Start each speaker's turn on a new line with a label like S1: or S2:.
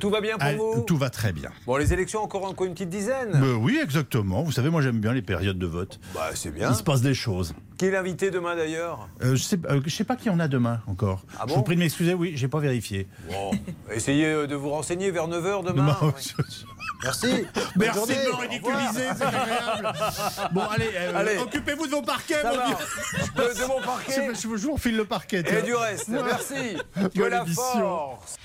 S1: Tout va bien pour
S2: Ah,
S1: vous
S2: Tout va très bien.
S1: Bon, les élections, encore, encore une petite dizaine.
S2: Euh, oui, exactement. Vous savez, moi j'aime bien les périodes de vote.
S1: Bah, c'est bien.
S2: Il se passe des choses.
S1: Qui est l'invité demain d'ailleurs
S2: Euh, je sais, euh, je sais pas qui en a demain encore.
S1: Ah
S2: je
S1: bon Ah,
S2: vous prie de m'excuser, oui, j'ai pas vérifié.
S1: Bon, essayez euh, de vous renseigner vers 9h demain.
S2: Demain,
S1: Ouais.
S3: Merci.
S2: Merci de me
S1: Au
S2: ridiculiser, c'est agréable. Bon, allez, euh,
S1: Allez.
S2: occupez-vous de vos parquets,
S1: Ça
S2: mon
S1: va.
S2: Dieu.
S1: De, de mon parquet
S2: Je, je vous je vous refile le parquet.
S1: et
S2: tiens.
S1: du reste. Merci. Que
S2: Bonne
S1: la
S2: émission.
S1: force.